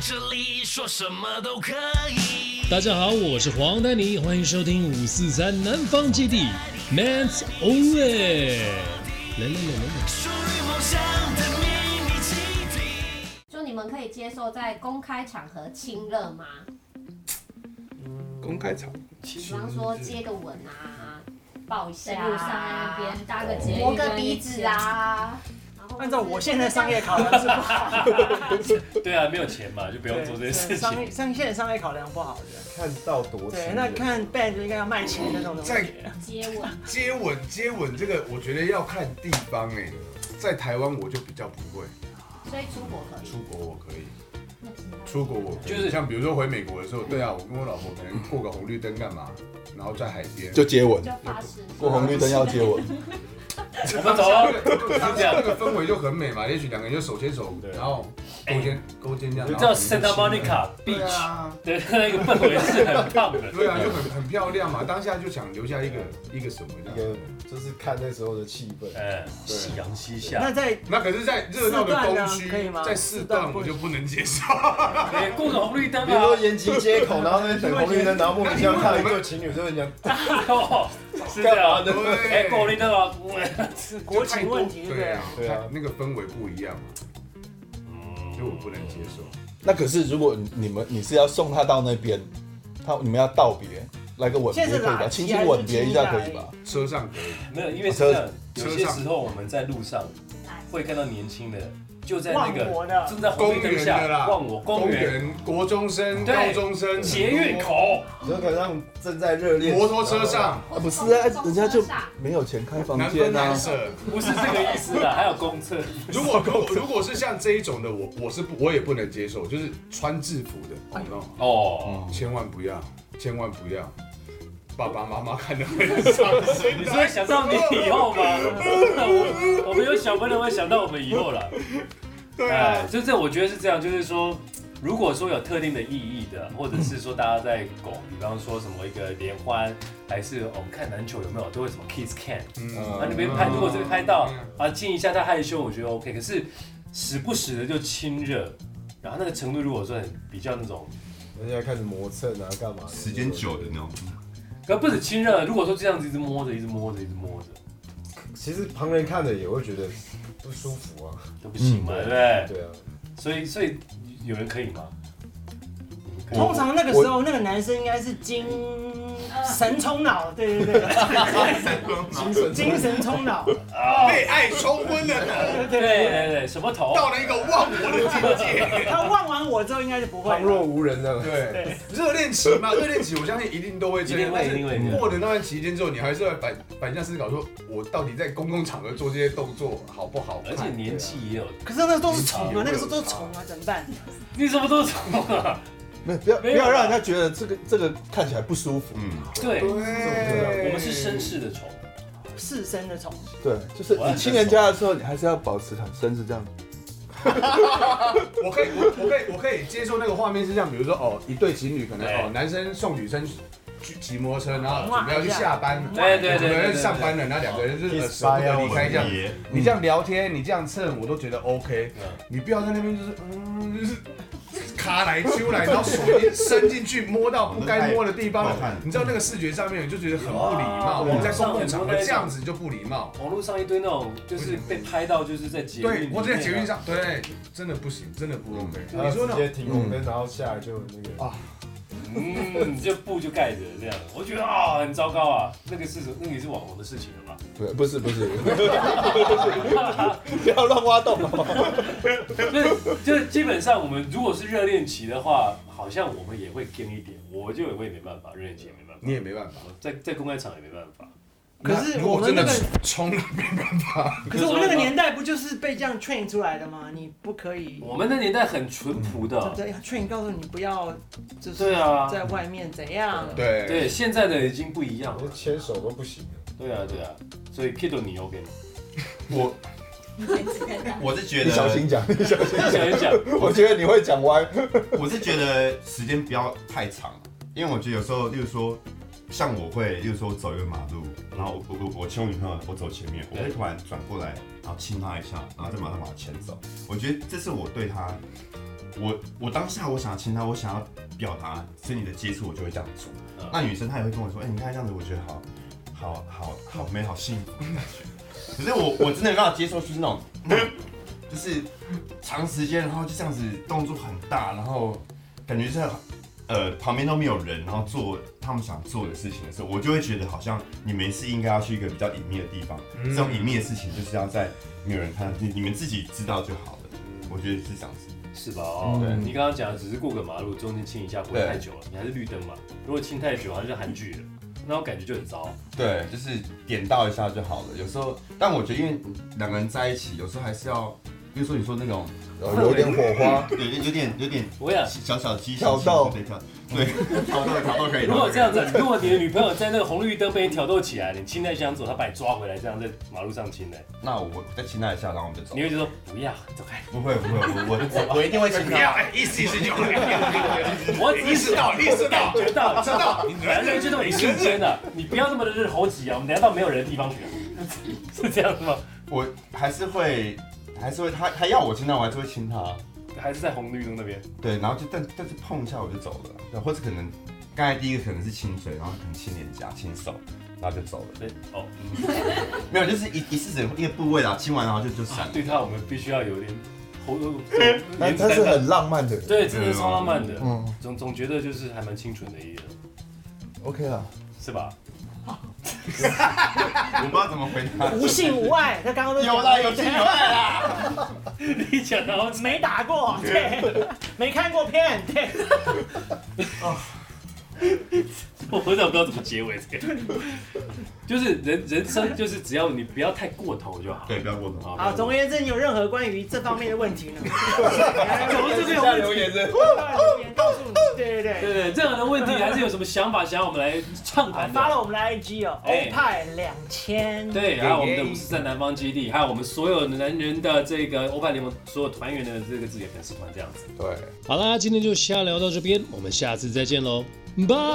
这里说什么都可以。大家好，我是黄丹妮，欢迎收听五四三南方基地 Man's Only。来来来来属于梦想的秘密基地。就你们可以接受在公开场合亲热吗？公开场，比方说接个吻啊，抱一下、在啊，路上那边搭个捷运，摸个鼻子，啊。按照我现在商业考量是不好的，对 对啊，没有钱嘛，就不用做这件事商情。业商现在商业考量不好的。看到多对亲，那人看 band 就应该要卖钱那种东西。在接吻，接吻接吻这个，我觉得要看地方哎、在台湾我就比较不会，所以出国可以。出国我可以。出国我可以就是像比如说回美国的时候，对啊，我跟我老婆可能过个红绿灯干嘛，然后在海边就接吻，就发誓过红绿灯要接吻，我们走，当这样下那个氛围就很美嘛，也许两个人就手牵手，对哎然后勾肩勾肩这样，你然知道后可能 Santa 就亲了 Monica 对 Beach 啊，的那个氛围是很棒的。对啊，就很很漂亮嘛，当下就想留下一个一个什么一这样。个就是看那时候的气氛。哎，夕阳西那下，在那可是，在热闹的东四段呢可以区吗，在四段我就不能接受。哎，过个红绿灯比如说 啊，延吉街口，然后那边等红绿灯，然后莫名其妙看到一对情侣，就很想哦是这样。对哎，过红绿灯啊，国情问题，对不对对啊？，对啊它那个氛围不一样嘛，所以我不能接受。 那可是如果你们你是要送他到那边，他你们要道别，来个吻别现在可是以啦吧？亲亲吻别一下可以吧？车上可以，没有，因为是这样，有些时候我们在路上会看到年轻的，就在那忘我个的正在红绿灯公园的下啦忘我公公园、园、国中生、对高中生、捷运口，有可能让正在热恋摩托车上，啊，不是啊，人家就公车上没有钱哦开房难分间难啊。舍。不是这个意思啦，还有公厕。如果如果如果是像这一种的，我我是不我也不能接受，就是穿制服的，哦、嗯哦， no，千万不要，千万不要。爸爸妈妈看得很伤心。啊你是会想到你以后吗？我我们有小朋友会想到我们以后啦。对哎，啊，就这，我觉得是这样，就是说，如果说有特定的意义的，或者是说大家在拱，比方说什么一个联欢，还是我们看篮球有没有都会什么 kiss can，嗯嗯啊那边拍，如果这边拍到嗯啊亲一下他害羞，我觉得 OK，可是时不时的就亲热，然后那个程度如果说很比较那种。人家开始磨蹭啊，干嘛？时间久的那种，可不止亲热，如果说这样子一直摸着，一直摸着，一直摸着，其实旁人看着也会觉得不舒服啊。都不行嘛，对不对？对啊，所以，所以有人可以吗？通常那个时候，那个男生应该是精神冲脑，对对 对， 精神精神冲脑，被爱冲昏了，对对对对对。对，什么头？到了一个忘我的境界。他忘完我之后应该就不会旁若了。无人这啊样。对，热恋期嘛，热恋期我相信一定都会这样。一定会一定会但是过了那段期间之后，你还是会反反向思考，说我到底在公共场合做这些动作好不好看？而且年纪也有，可是那都是虫啊，那个时候都是虫啊，怎么办？你什么都什么？没有，不要不没有啊要让人家觉得这个这个看起来不舒服。嗯，对，对，我们是绅士的虫，是生的虫，对，就是你亲人家的时候，你还是要保持很绅士这样。我可以，我我可以，我可以接受那个画面是这样，比如说哦，一对情侣可能对哦，男生送女生去骑摩托车，然后准备要去下班，对对对对准备要对去对上班了，然后两个人就是呃 Kiss 啊舍不得离开这样。爷，你这样聊天，你这样蹭，我都觉得 OK 嗯。你不要在那边就是嗯，就是卡来揪来，然后手一伸进去摸到不该摸的地方那太好哦看你知道那个视觉上面你就觉得很不礼貌。哇我们在公共场合哦网上很多那种这样子就不礼貌。网络上一堆那种就是被拍到，就是在捷运里对，面啊，我在捷运上，对，真的不行，真的不 OK。然后嗯你说呢直？接停红灯，然后下来就那个。嗯， 你这布就盖着这样，我觉得啊很糟糕啊，那个是那个也是网红的事情了吧？ 不不是不是， 不要乱挖洞哦。就是就是基本上我们如果是热恋期的话，好像我们也会跟一点，我就我也没办法，热恋期也没办法，你也没办法。我在在公开场也没办法。可是那如果我们真的那个冲了，没 办法。可是我们那个年代不就是被这样 train 出来的吗？你不可以，我们那年代很淳朴的，对，train 告诉你不要，就是对啊，嗯在外面怎样？对对，现在的已经不一样连了，牵手都不行了。对啊对啊，所以 Kido 你 OK 吗？我我是觉你小心得，讲，你小心讲，讲一讲，我觉得你会讲歪。我是觉得时间不要太长，因为我觉得有时候，例如说，像我会，例如说我走一个马路，然后我我我我牵我女朋友，我走前面，哎我对会突然转过来，然后亲她一下，然后再马上把她牵走。我觉得这是我对她我我当下我想亲她，我想要表达身体的接触，我就会这样做。嗯那女生她也会跟我说，哎、你看这样子，我觉得好好好好美好幸福的感觉。可是我我真的没办法接受，就是那种，嗯就是长时间，然后就这样子动作很大，然后感觉是很呃旁边都没有人，然后做他们想做的事情的时候，我就会觉得好像你们是应该要去一个比较隐秘的地方，这种隐秘的事情就是要在没有人看，你你们自己知道就好了。我觉得是这样子。是吧？哦，对你刚刚讲的只是过个马路，中间亲一下，不会太久了，你还是绿灯嘛。如果亲太久，好像就韩剧了，那种感觉就很糟。对，就是点到一下就好了。有时候，但我觉得因为两个人在一起，有时候还是要，比如说你说那种有有点火花，有点有点有点我想，小小激情挑逗对挑对挑逗挑逗可以。如果这样挑子，如果你的女朋友在那个红绿灯被你挑逗起来，你亲太想走，她把你抓回来，这样在马路上亲的，逗可以，那我再亲她一下，然后我们就走你。会觉得说不要走开，不会不会，我我我一定会亲不她要，。 哎意思意思就好，不要不要不要 不要我意识到意识到知道知道男人就这么一瞬间的，你不要那么的日猴急啊，我们等一下到没有人的地方去，啊 是这样子吗？我还是会，还是会，他他要我亲他，我还是会亲他。还是在红绿灯那边？对，然后就但但是碰一下我就走了，对或者可能刚才第一个可能是亲嘴，然后可能亲脸颊、亲手，然后就走了。对，哦，没有，就是一一次整一个部位啦，亲完然后就就散了。对他我们必须要有点猴，呃但 他是很浪漫的人。对，真的超浪漫的，嗯总总觉得就是还蛮清纯的一个人， ，OK 啦，是吧？ 我不知道怎么回答。无性无爱，他刚刚都有啦，有亲有爱啦。你讲的好，没打 过，对，没看过片，对，我真的不知道怎么结尾这个，就是人人生就是只要你不要太过头就好。哦对，不要过头。好好，总而言之，你有任何关于这方面的问 题呢？怎么这个有下问留题？言是告诉你，对对对对。对，任何的问题还是有什么想法想要我们来畅啊谈的发。了我们的 IG 哦，哎欧派两千，对，还有我们的五四在南方基地，还有我们所有人员的这个欧派联盟所有团员的这个自己的粉丝团这样子。对，好啦，今天就瞎聊到这边，我们下次再见喽，拜。